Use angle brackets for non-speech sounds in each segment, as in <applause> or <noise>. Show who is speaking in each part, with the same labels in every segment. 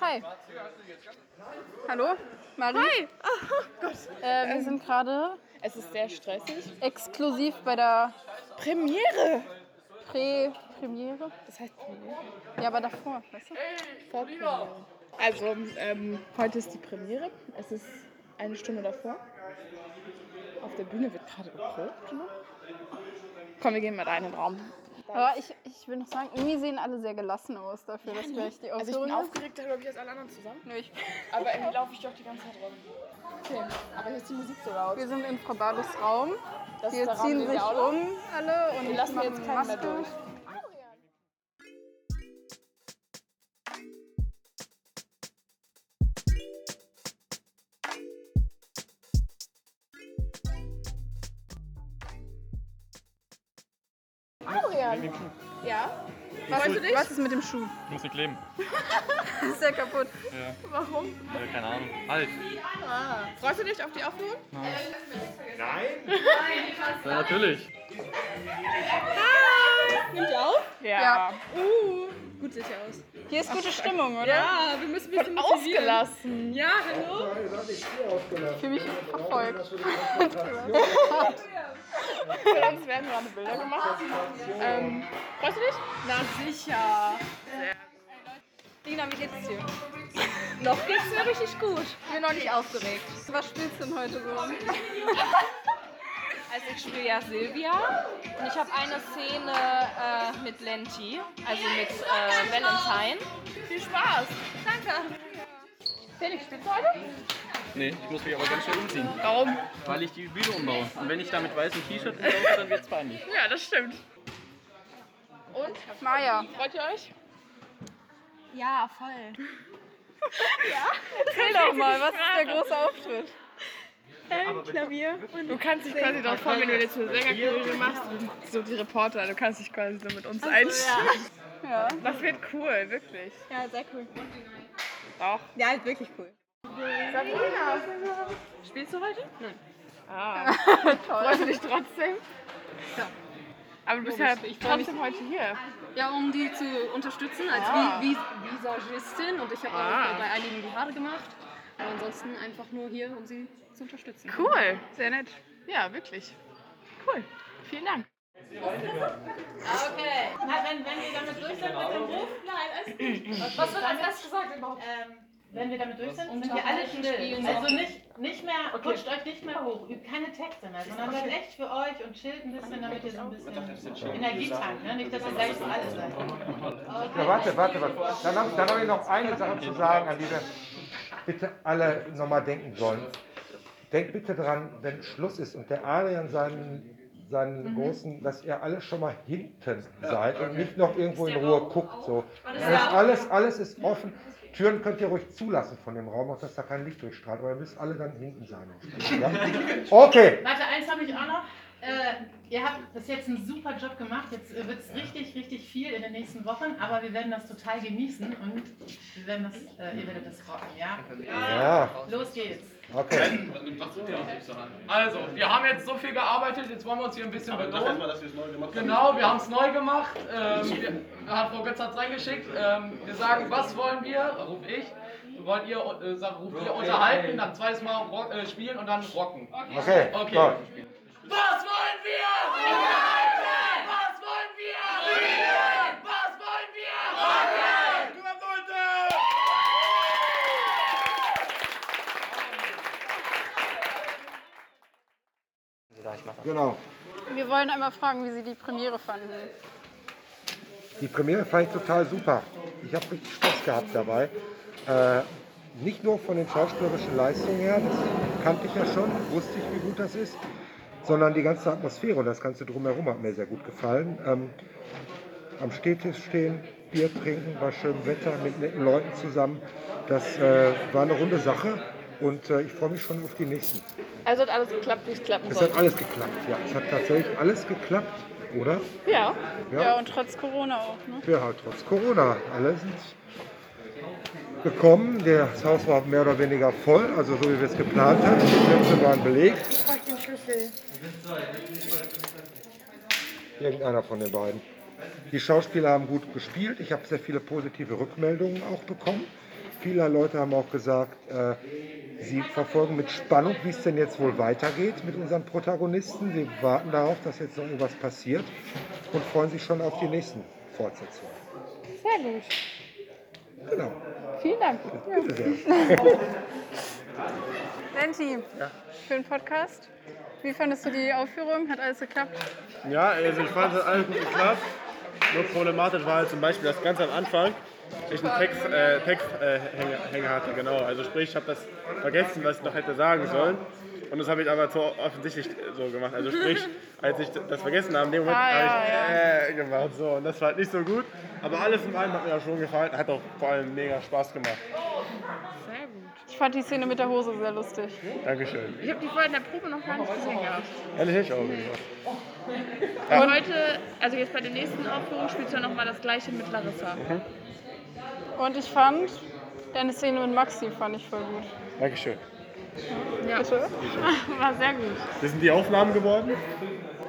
Speaker 1: Hi. Hallo, Marie. Hi.
Speaker 2: Oh
Speaker 1: Äh, wir sind gerade
Speaker 2: Es ist sehr stressig.
Speaker 1: exklusiv bei der
Speaker 2: Premiere!
Speaker 1: Prä-Premiere.
Speaker 2: Das heißt Premiere.
Speaker 1: Ja, aber davor, weißt du?
Speaker 2: Vorpremiere. Also, ähm, heute ist die Premiere. Es ist eine Stunde davor. Auf der Bühne wird gerade geprobt. Ne? Komm, wir gehen mal da in den Raum.
Speaker 1: Aber ich, ich will noch sagen, irgendwie sehen alle sehr gelassen aus dafür, dass wir echt die
Speaker 2: Also, ich bin
Speaker 1: Aufführung ist.
Speaker 2: aufgeregt darüber, wie das alle anderen zusammen.
Speaker 1: Nö, ich-
Speaker 2: Aber irgendwie laufe ich doch die ganze Zeit rum. Okay, aber hier ist die Musik so laut.
Speaker 1: Wir sind in Frabados Raum.
Speaker 2: Das
Speaker 1: Wir
Speaker 2: der Raum,
Speaker 1: ziehen
Speaker 2: den
Speaker 1: sich
Speaker 2: auch laufen.
Speaker 1: um alle und
Speaker 2: Wir lassen
Speaker 1: machen
Speaker 2: jetzt keinen mehr
Speaker 1: Maske.
Speaker 2: durch. Adrian! Ja?
Speaker 1: Was,
Speaker 2: Freust du dich?
Speaker 1: was ist mit dem Schuh?
Speaker 3: Ich muss nicht kleben.
Speaker 1: Ist der kaputt?
Speaker 3: Ja.
Speaker 2: Warum?
Speaker 3: Ja, keine Ahnung. Halt.
Speaker 2: Ah, Freust du dich auf die Aufnahme?
Speaker 3: Ja, natürlich.
Speaker 2: Nimmt ihr auf?
Speaker 1: Ja.
Speaker 2: Uh, gut sieht ihr aus.
Speaker 1: Hier ist gute Stimmung, oder?
Speaker 2: Ja, wir müssen ein bisschen Ausgelassen. Ja, hallo.
Speaker 1: Ich fühle mich verfolgt.
Speaker 2: Sonst werden gerade Bilder gemacht. Ähm, freust du dich? Na sicher.
Speaker 1: Lina, wie geht's dir? <laughs>
Speaker 2: Noch geht's mir richtig gut.
Speaker 1: Ich bin noch nicht aufgeregt. Was spielst du denn heute <laughs> so?
Speaker 4: Also ich spiele ja Silvia und ich habe eine Szene äh, mit Lenti, also mit äh, Valentine.
Speaker 2: Viel Spaß.
Speaker 3: Nee, ich muss mich aber ganz schnell umziehen,
Speaker 2: Warum?
Speaker 3: weil ich die Bühne umbaue. Und wenn ich da mit weißem T-Shirt rumlaufe, dann wird's peinlich.
Speaker 2: Ja, das stimmt. Und?
Speaker 1: Maja.
Speaker 2: Freut ihr euch?
Speaker 4: Ja, voll.
Speaker 1: Erzähl doch mal, was ist der große Auftritt?
Speaker 2: Du kannst dich quasi darauf freuen, wenn du jetzt eine Sängerkarriere machst, so die Reporter, du kannst dich quasi so mit uns einstellen.
Speaker 4: <laughs>
Speaker 1: Ja.
Speaker 2: Das wird cool, wirklich.
Speaker 4: Ja, sehr cool.
Speaker 2: Auch.
Speaker 4: Ja, ist wirklich cool.
Speaker 2: Spielst du heute? Nein. Freust <laughs>
Speaker 1: Toll.
Speaker 2: du dich trotzdem?
Speaker 4: Ah. Ja.
Speaker 2: Aber du bist ja trotzdem heute hier.
Speaker 4: Ja, um die zu unterstützen als
Speaker 2: Ah.
Speaker 4: Vi- Vis- Visagistin und ich habe
Speaker 2: Ah.
Speaker 4: auch bei einigen die Haare gemacht. Aber ansonsten einfach nur hier, um sie zu unterstützen.
Speaker 2: Cool, sehr nett. Ja, wirklich. Cool. Vielen Dank.
Speaker 5: Okay. Na, wenn, wenn wir damit durch sind mit dem Ruf, nein, es, was wird als erstes gesagt überhaupt? Ähm, wenn wir damit durch sind, sind wir alle still. Also nicht, nicht mehr, rutscht euch nicht mehr hoch, übt keine Texte mehr, sondern seid echt für euch und chillt ein bisschen, damit ihr so ein bisschen Energie tankt. Ne? Nicht, dass ihr gleich so alle seid.
Speaker 6: Ja, warte, warte, warte. Dann habe dann hab ich noch eine Sache zu sagen, an die wir bitte alle nochmal denken sollen. Denkt bitte dran, wenn Schluss ist und der Adrian seinen, seinen großen, dass ihr alle schon mal hinten seid und nicht noch irgendwo in Ruhe guckt. So. Dann ist alles, alles ist offen. Türen könnt ihr ruhig zulassen von dem Raum, auch dass da kein Licht durchstrahlt, aber ihr müsst alle dann hinten sein. Ja? Okay.
Speaker 5: Warte, eins habe ich auch noch. Äh, ihr habt bis jetzt einen super Job gemacht. Jetzt wird es richtig, richtig viel in den nächsten Wochen, aber wir werden das total genießen und wir werden das, äh, ihr werdet das rocken, ja?
Speaker 6: Ja,
Speaker 5: Los geht's.
Speaker 6: okay.
Speaker 7: Also, wir haben jetzt so viel gearbeitet, jetzt wollen wir uns hier ein bisschen belohnen. Genau, wir haben es neu gemacht. Ähm, wir, hat Frau Götz hat reingeschickt. Ähm, wir sagen, was wollen wir? Ruf ich. Wollt ihr, äh, sag, ruft ihr unterhalten, dann zweites Mal rock, äh, spielen und dann rocken.
Speaker 6: Okay,
Speaker 7: Okay.
Speaker 6: gut.
Speaker 7: Was wollen wir? Unterhalten! Was wollen wir? Spielen! Was wollen wir? Rocken! Komm, Leute!
Speaker 6: Genau.
Speaker 1: Wir wollen einmal fragen, wie Sie die Premiere fanden.
Speaker 6: Die Premiere fand ich total super. Ich habe richtig Spaß gehabt dabei. Äh, nicht nur von den schauspielerischen Leistungen her, das kannte ich ja schon, wusste ich, wie gut das ist, sondern die ganze Atmosphäre und das Ganze drumherum hat mir sehr gut gefallen. Ähm, am Stehtisch stehen, Bier trinken, bei schönem Wetter mit netten Leuten zusammen. Das äh, war eine runde Sache und äh, ich freue mich schon auf die nächsten.
Speaker 2: Also hat alles geklappt, wie es klappen
Speaker 6: Es hat
Speaker 2: sollte.
Speaker 6: alles geklappt, ja. Es hat tatsächlich alles geklappt, oder?
Speaker 2: Ja.
Speaker 1: Ja, und trotz Corona auch, ne?
Speaker 6: Ja, halt trotz Corona. Alle sind gekommen. Das Haus war mehr oder weniger voll, also so wie wir es geplant hatten. Die Plätze waren belegt. Ich brauche den Schlüssel. Irgendeiner von den beiden. Die Schauspieler haben gut gespielt. Ich habe sehr viele positive Rückmeldungen auch bekommen. viele Leute haben auch gesagt, äh, sie verfolgen mit Spannung, wie es denn jetzt wohl weitergeht mit unseren Protagonisten. Sie warten darauf, dass jetzt noch irgendwas passiert und freuen sich schon auf die nächsten Fortsetzungen.
Speaker 2: Sehr gut.
Speaker 6: Genau.
Speaker 2: Vielen Dank.
Speaker 6: Bitte sehr.
Speaker 1: Lenti, schönen Podcast. Wie fandest du die Aufführung? Hat alles geklappt?
Speaker 8: Ja, also ich fand es hat alles gut geklappt. Nur problematisch war halt zum Beispiel, dass ganz am Anfang ich einen Text, äh, Text äh, Hänger, Hänger hatte, genau. Also sprich, ich habe das vergessen, was ich noch hätte sagen sollen. Und das habe ich aber so offensichtlich so gemacht. Also sprich, als ich das vergessen habe, in dem Moment
Speaker 1: Ah, ja,
Speaker 8: habe ich äh, gemacht. So, und das war halt nicht so gut. Aber alles in allem hat mir auch schon gefallen. Hat auch vor allem mega Spaß gemacht.
Speaker 1: Ich fand die Szene mit der Hose sehr lustig.
Speaker 8: Dankeschön.
Speaker 2: Ich habe die vorher in der Probe noch gar nicht gesehen gehabt.
Speaker 8: Ehrlich, hätte ich auch gemacht.
Speaker 2: Und heute, also jetzt bei der nächsten Aufführung, spielst du ja nochmal das gleiche mit Larissa.
Speaker 1: Und ich fand, deine Szene mit Maxi fand ich voll gut.
Speaker 8: Dankeschön.
Speaker 2: Ja. <laughs> War sehr gut.
Speaker 8: Das sind die Aufnahmen geworden?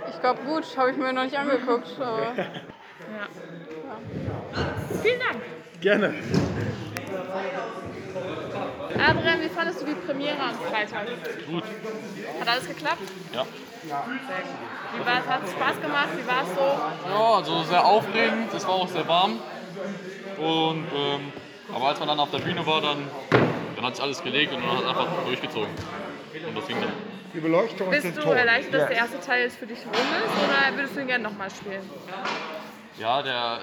Speaker 1: Ich glaube, gut, habe ich mir noch nicht angeguckt. Aber
Speaker 2: Vielen Dank.
Speaker 8: Gerne.
Speaker 2: Adrian, wie fandest du die Premiere am Freitag? Gut. Hat alles geklappt?
Speaker 3: Ja.
Speaker 2: Sehr gut. Wie war's? Hat es Spaß gemacht? Wie war es so?
Speaker 3: Ja, also sehr aufregend, es war auch sehr warm. Und, ähm, aber als man dann auf der Bühne war, dann, dann hat sich alles gelegt und dann hat es einfach durchgezogen. Und das ging dann.
Speaker 6: Die Beleuchtung und den
Speaker 2: Bist du
Speaker 6: Ton.
Speaker 2: erleichtert, dass
Speaker 6: Ja.
Speaker 2: der erste Teil jetzt für dich rum ist oder würdest du ihn gerne nochmal spielen?
Speaker 3: Ja, der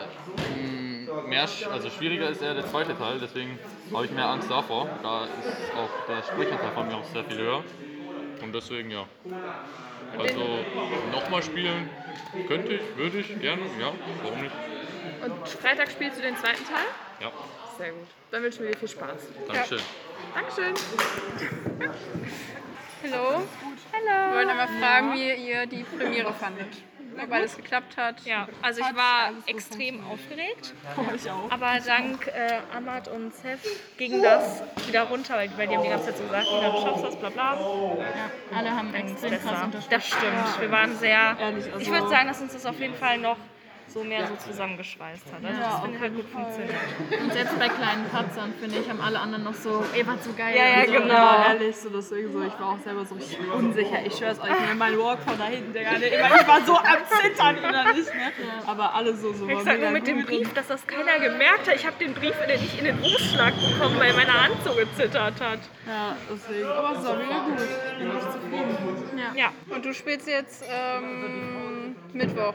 Speaker 3: ähm, mehr, sch- also schwieriger ist eher der zweite Teil, deswegen habe ich mehr Angst davor. Da ist auch der Sprecherteil von mir auch sehr viel höher. Und deswegen ja. Also nochmal spielen könnte ich, würde ich gerne, ja, warum nicht?
Speaker 2: Und Freitag spielst du den zweiten Teil?
Speaker 3: Ja,
Speaker 2: Sehr gut. Dann wünschen wir dir viel Spaß.
Speaker 3: Dankeschön.
Speaker 2: Dankeschön.
Speaker 1: Hallo. Wir wollen einmal fragen, wie ihr die Premiere fandet. Ob alles geklappt hat.
Speaker 9: Ja, also ich war extrem aufgeregt. Aber dank äh, Amat und Seth ging das wieder runter, weil weil die haben die ganze Zeit so gesagt, jeder schafft das, bla bla. alle haben extrem besser. Das stimmt. Wir waren sehr. ich würde sagen, dass uns das auf jeden Fall noch so mehr so zusammengeschweißt hat. Also das finde ich halt gut funktioniert.
Speaker 10: Und selbst bei kleinen Patzern, finde ich, haben alle anderen noch so, ey, war so geil.
Speaker 9: Ja, ja,
Speaker 10: und so,
Speaker 9: genau.
Speaker 10: und Ehrlich, so deswegen so, ich war auch selber so richtig unsicher. Ich schwör's euch, ne, mein Walk von da hinten, der gerade, ich mein, ich war so am Zittern innerlich, ne? Aber alle so, so.
Speaker 9: Ich sag nur mit dem Brief, dass das keiner gemerkt hat. Ich habe den Brief in den- nicht in den Umschlag bekommen, weil meine Hand so gezittert hat.
Speaker 10: Ja, deswegen. Aber es ist auch wieder gut. Ich bin echt zufrieden.
Speaker 9: Ja.
Speaker 1: Und du spielst jetzt ähm, Mittwoch.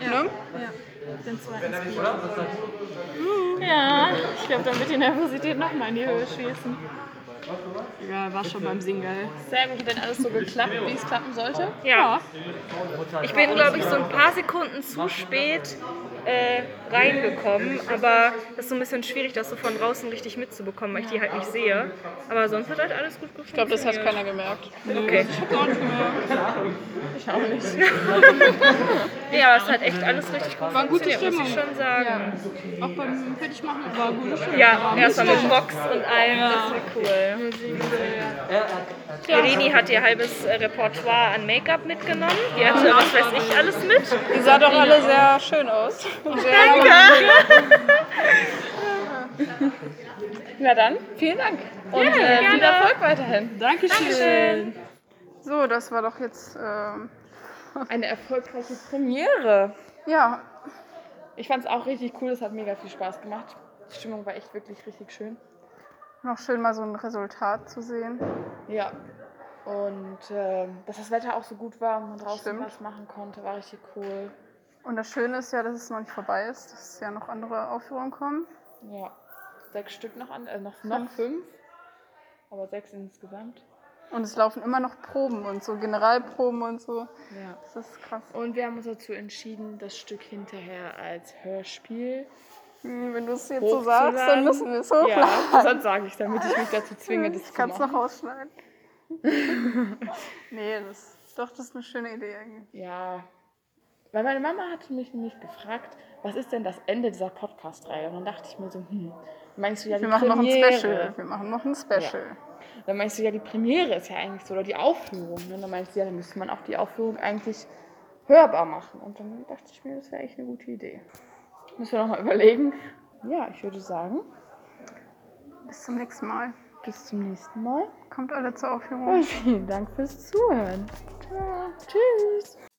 Speaker 1: Ne?
Speaker 10: Den zweiten Hm, Ja, ich glaube, dann wird die Nervosität nochmal in die Höhe schießen. Ja, war schon beim Singen geil.
Speaker 2: Sehr gut. Hat denn alles so geklappt, wie es klappen sollte?
Speaker 9: Ja. Ich bin, glaube ich, so ein paar Sekunden zu spät äh, reingekommen, aber das ist so ein bisschen schwierig, das so von draußen richtig mitzubekommen, weil ich die halt nicht sehe. Aber sonst hat halt alles gut
Speaker 1: Ich glaube,
Speaker 9: geklappt.
Speaker 1: das hat keiner gemerkt.
Speaker 9: Okay. Ich auch nicht. <laughs> ja, es hat echt alles richtig gut War
Speaker 10: gute
Speaker 9: muss ich schon sagen.
Speaker 10: Auch beim Fertig machen war gut.
Speaker 9: Ja, erstmal mit Box und allem, das war cool. Irini hat ihr halbes äh, Repertoire an Make-up mitgenommen. Die hatte, was weiß ich, alles mit.
Speaker 1: Die sah doch alle sehr
Speaker 10: <laughs>
Speaker 1: schön aus. Und sehr
Speaker 2: Na dann, vielen Dank. Und äh, viel Erfolg weiterhin.
Speaker 10: Dankeschön.
Speaker 1: So, das war doch jetzt. Ähm,
Speaker 2: Eine erfolgreiche Premiere.
Speaker 1: ja,
Speaker 2: Ich fand es auch richtig cool. Es hat mega viel Spaß gemacht. Die Stimmung war echt wirklich richtig schön.
Speaker 1: noch schön mal so ein Resultat zu sehen.
Speaker 2: Ja. Und ähm, dass das Wetter auch so gut war und man draußen
Speaker 1: Stimmt.
Speaker 2: was machen konnte, war richtig cool.
Speaker 1: Und das Schöne ist ja, dass es noch nicht vorbei ist, dass ja noch andere Aufführungen kommen.
Speaker 2: Ja. Sechs Stück noch an, äh, noch, noch fünf. Aber sechs insgesamt.
Speaker 1: Und es laufen immer noch Proben und so, Generalproben und so.
Speaker 2: Ja.
Speaker 1: Das ist krass.
Speaker 2: Und wir haben uns dazu entschieden, das Stück hinterher als Hörspiel.
Speaker 1: Hm, Wenn du es jetzt so
Speaker 2: Hochzuladen.
Speaker 1: sagst, dann müssen wir es hochladen.
Speaker 2: Ja, sonst sage ich, damit ich mich dazu <laughs>
Speaker 1: <laughs>
Speaker 2: zwinge, das
Speaker 1: Ich
Speaker 2: zu
Speaker 1: kann es
Speaker 2: machen.
Speaker 1: noch ausschneiden.
Speaker 2: <laughs>
Speaker 1: nee, das, doch, das ist eine schöne Idee eigentlich.
Speaker 2: Ja. Weil meine Mama hatte mich nämlich gefragt, was ist denn das Ende dieser Podcast-Reihe? Und dann dachte ich mir so, hm, meinst du ja die
Speaker 1: Wir machen noch ein
Speaker 2: Premiere?
Speaker 1: Special. Wir machen noch ein Special.
Speaker 2: Dann meinst du ja, die Premiere ist ja eigentlich so, oder die Aufführung. Ne? Dann meinst du ja, dann müsste man auch die Aufführung eigentlich hörbar machen. Und dann dachte ich mir, das wäre echt eine gute Idee. Müssen wir nochmal überlegen. Ja, ich würde sagen,
Speaker 1: Bis zum nächsten Mal.
Speaker 2: Bis zum nächsten Mal <laughs>
Speaker 1: Kommt alle zur Aufführung.
Speaker 2: und vielen Dank fürs Zuhören. Ciao. Tschüss.